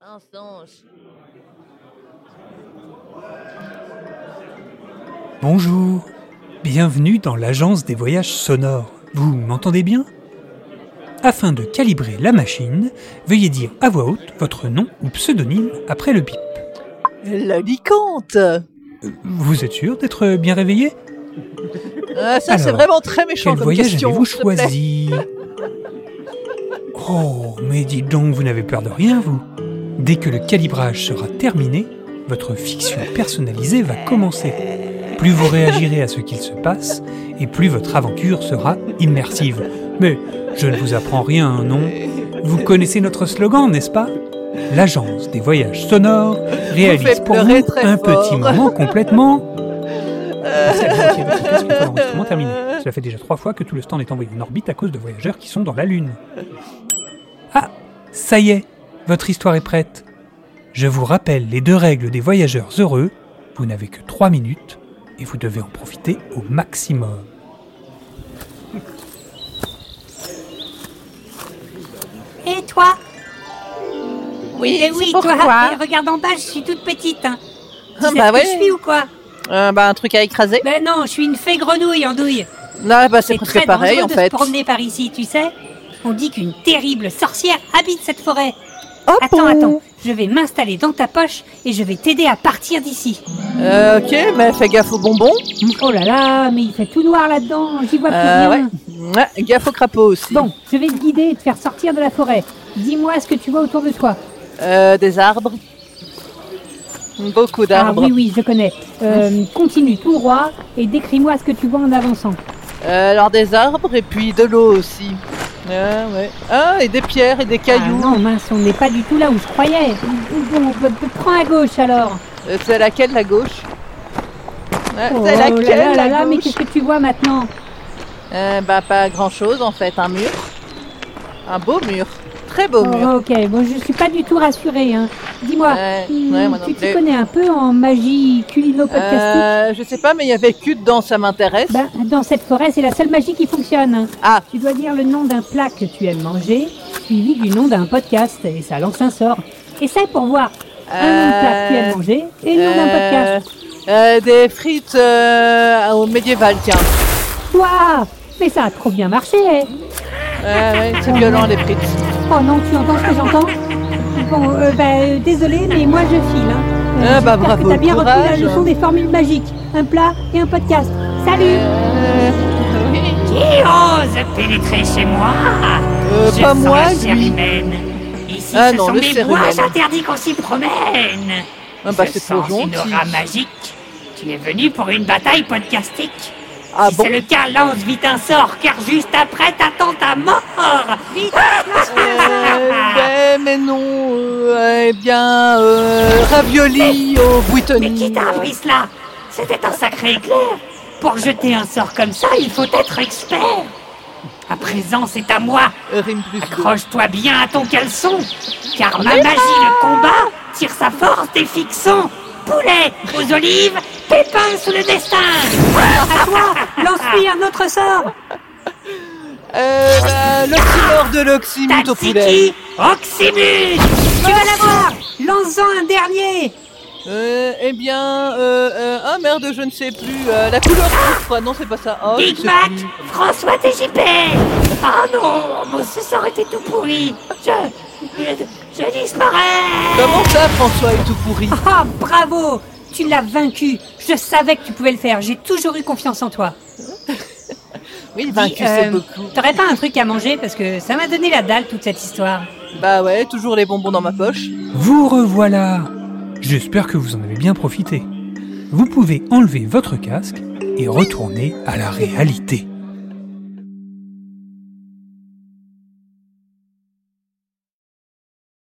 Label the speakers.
Speaker 1: Un songe.
Speaker 2: Bonjour, bienvenue dans l'agence des voyages sonores. Vous m'entendez bien Afin de calibrer la machine, veuillez dire à voix haute votre nom ou pseudonyme après le bip.
Speaker 3: L'alicante
Speaker 2: Vous êtes sûr d'être bien réveillé
Speaker 3: Ah, Ça, c'est
Speaker 2: Alors,
Speaker 3: vraiment très méchant
Speaker 2: Quel
Speaker 3: comme
Speaker 2: voyage
Speaker 3: question.
Speaker 2: avez-vous
Speaker 3: s'il te plaît.
Speaker 2: choisi Oh, mais dites donc, vous n'avez peur de rien, vous Dès que le calibrage sera terminé, votre fiction personnalisée va commencer. Plus vous réagirez à ce qu'il se passe, et plus votre aventure sera immersive. Mais je ne vous apprends rien, non Vous connaissez notre slogan, n'est-ce pas L'agence des voyages sonores réalise
Speaker 3: faites
Speaker 2: pour
Speaker 3: pleurer
Speaker 2: vous
Speaker 3: très
Speaker 2: un
Speaker 3: fort.
Speaker 2: petit moment complètement... Merci à vous qui avez cliqué sur le bouton d'enregistrement terminé. Cela fait déjà trois fois que tout le stand est envoyé en orbite à cause de voyageurs qui sont dans la Lune. Ah, ça y est, votre histoire est prête. Je vous rappelle les deux règles des voyageurs heureux. Vous n'avez que trois minutes et vous devez en profiter au maximum.
Speaker 4: Et toi
Speaker 5: Oui,
Speaker 4: Eh
Speaker 5: c'est
Speaker 4: oui,
Speaker 5: pourquoi
Speaker 4: toi. Et regarde en bas, je suis toute petite. Hein. Tu
Speaker 3: Ah,
Speaker 4: sais
Speaker 3: bah
Speaker 4: ce que
Speaker 3: ouais.
Speaker 4: je suis ou quoi
Speaker 3: Euh, bah, un truc à écraser.
Speaker 4: Ben non, je suis une fée grenouille en douille.
Speaker 3: Non, bah, c'est
Speaker 4: très
Speaker 3: presque pareil
Speaker 4: dangereux
Speaker 3: en
Speaker 4: de
Speaker 3: fait.
Speaker 4: se promener par ici, tu sais. On dit qu'une terrible sorcière habite cette forêt.
Speaker 3: Oh,
Speaker 4: Attends,
Speaker 3: bon.
Speaker 4: attends, je vais m'installer dans ta poche et je vais t'aider à partir d'ici.
Speaker 3: Euh, ok, mais fais gaffe aux bonbons.
Speaker 4: Oh là là, mais il fait tout noir là-dedans, j'y vois plus
Speaker 3: Euh,
Speaker 4: rien.
Speaker 3: Mouah, Gaffe aux crapauds aussi.
Speaker 4: Bon, je vais te guider et te faire sortir de la forêt. Dis-moi ce que tu vois autour de toi.
Speaker 3: Euh, des arbres. Beaucoup
Speaker 4: Ah
Speaker 3: d'arbres.
Speaker 4: oui, oui, je connais. Euh, continue tout droit et décris-moi ce que tu vois en avançant.
Speaker 3: Euh, alors des arbres et puis de l'eau aussi. Ah, ouais. ah, et des pierres et des cailloux.
Speaker 4: Ah non, mince, on n'est pas du tout là où je croyais. Bon, p- p- prends à gauche alors.
Speaker 3: Euh, c'est laquelle la gauche Ah,
Speaker 4: Oh
Speaker 3: C'est
Speaker 4: là
Speaker 3: laquelle
Speaker 4: là là
Speaker 3: la
Speaker 4: là, mais
Speaker 3: gauche
Speaker 4: qu'est-ce que tu vois maintenant
Speaker 3: Euh, Bah pas grand chose en fait, un mur. Un beau mur. Très beau mur.
Speaker 4: Oh, Ok, bon, je suis pas du tout rassurée. Hein. Dis-moi,
Speaker 3: Ouais,
Speaker 4: hmm,
Speaker 3: ouais, moi non
Speaker 4: tu t'y
Speaker 3: plus.
Speaker 4: connais un peu en magie culino-podcastique
Speaker 3: Euh, je sais pas, mais il y avait que dedans, ça m'intéresse.
Speaker 4: Ben, dans cette forêt, c'est la seule magie qui fonctionne. hein.
Speaker 3: Ah.
Speaker 4: Tu dois dire le nom d'un plat que tu aimes manger, suivi du nom d'un podcast, et ça lance un sort. Essaye pour voir un nom de plat que tu aimes manger et le nom d'un podcast.
Speaker 3: Euh, euh, des frites euh, au médiéval, tiens.
Speaker 4: Waouh Mais ça a trop bien marché hein.
Speaker 3: Euh, Ouais, ouais, c'est violent les frites.
Speaker 4: Oh non, tu entends ce que j'entends Bon, euh, ben, euh, désolé, mais moi je file. Hein. Euh,
Speaker 3: Ah, bah,
Speaker 4: j'espère
Speaker 3: bravo,
Speaker 4: que t'as bien retenu la
Speaker 3: courage.
Speaker 4: leçon des formules magiques. Un plat et un podcast. Salut
Speaker 3: Euh, oui.
Speaker 5: Qui ose pénétrer chez moi
Speaker 3: Euh,
Speaker 5: Je
Speaker 3: pas
Speaker 5: sens
Speaker 3: moi,
Speaker 5: la chair
Speaker 3: lui.
Speaker 5: humaine. Ici,
Speaker 3: Ah
Speaker 5: ce
Speaker 3: non,
Speaker 5: sont
Speaker 3: le
Speaker 5: mes
Speaker 3: cerf
Speaker 5: bois
Speaker 3: humain.
Speaker 5: interdits qu'on s'y promène.
Speaker 3: Ah bah
Speaker 5: Je
Speaker 3: c'est trop
Speaker 5: sens une
Speaker 3: gentil.
Speaker 5: aura magique. Tu es venu pour une bataille podcastique.
Speaker 3: Ah
Speaker 5: si
Speaker 3: bon
Speaker 5: c'est le cas, lance vite un sort, car juste après, t'attends ta mort. Vite
Speaker 3: Euh, ouais, mais non. euh, eh bien, euh, ravioli au euh,
Speaker 5: Mais qui
Speaker 3: buitoni.
Speaker 5: t'a appris cela C'était un sacré éclair Pour jeter un sort comme ça, il faut être expert À présent, c'est à moi
Speaker 3: Euh, Rime plus deux.
Speaker 5: Accroche-toi bien à ton caleçon Car ma magie de combat tire sa force des fixons Poulet aux olives, pépins sous le destin
Speaker 4: À toi Lance-lui un autre sort
Speaker 3: Euh, bah, l'oxymore de l'oxymute au poulet.
Speaker 5: Tatsiki, oxymute
Speaker 4: Tu vas l'avoir Lance-en un dernier
Speaker 3: Euh, eh bien, euh, euh, ah merde, je ne sais plus. euh, la couleur pourpre, non, c'est pas ça. Oh, je
Speaker 5: Big
Speaker 3: sais
Speaker 5: Mac,
Speaker 3: plus.
Speaker 5: François TJP Oh non, mon ce sort était tout pourri Je... je, je disparais
Speaker 3: Comment ça, François est tout pourri
Speaker 4: Ah, bravo Tu l'as vaincu Je savais que tu pouvais le faire, j'ai toujours eu confiance en toi.
Speaker 3: Oui, vaincu, c'est
Speaker 4: euh,
Speaker 3: beaucoup.
Speaker 4: T'aurais pas un truc à manger parce que ça m'a donné la dalle toute cette histoire.
Speaker 3: Bah ouais, toujours les bonbons dans ma poche.
Speaker 2: Vous revoilà J'espère que vous en avez bien profité. Vous pouvez enlever votre casque et retourner à la réalité.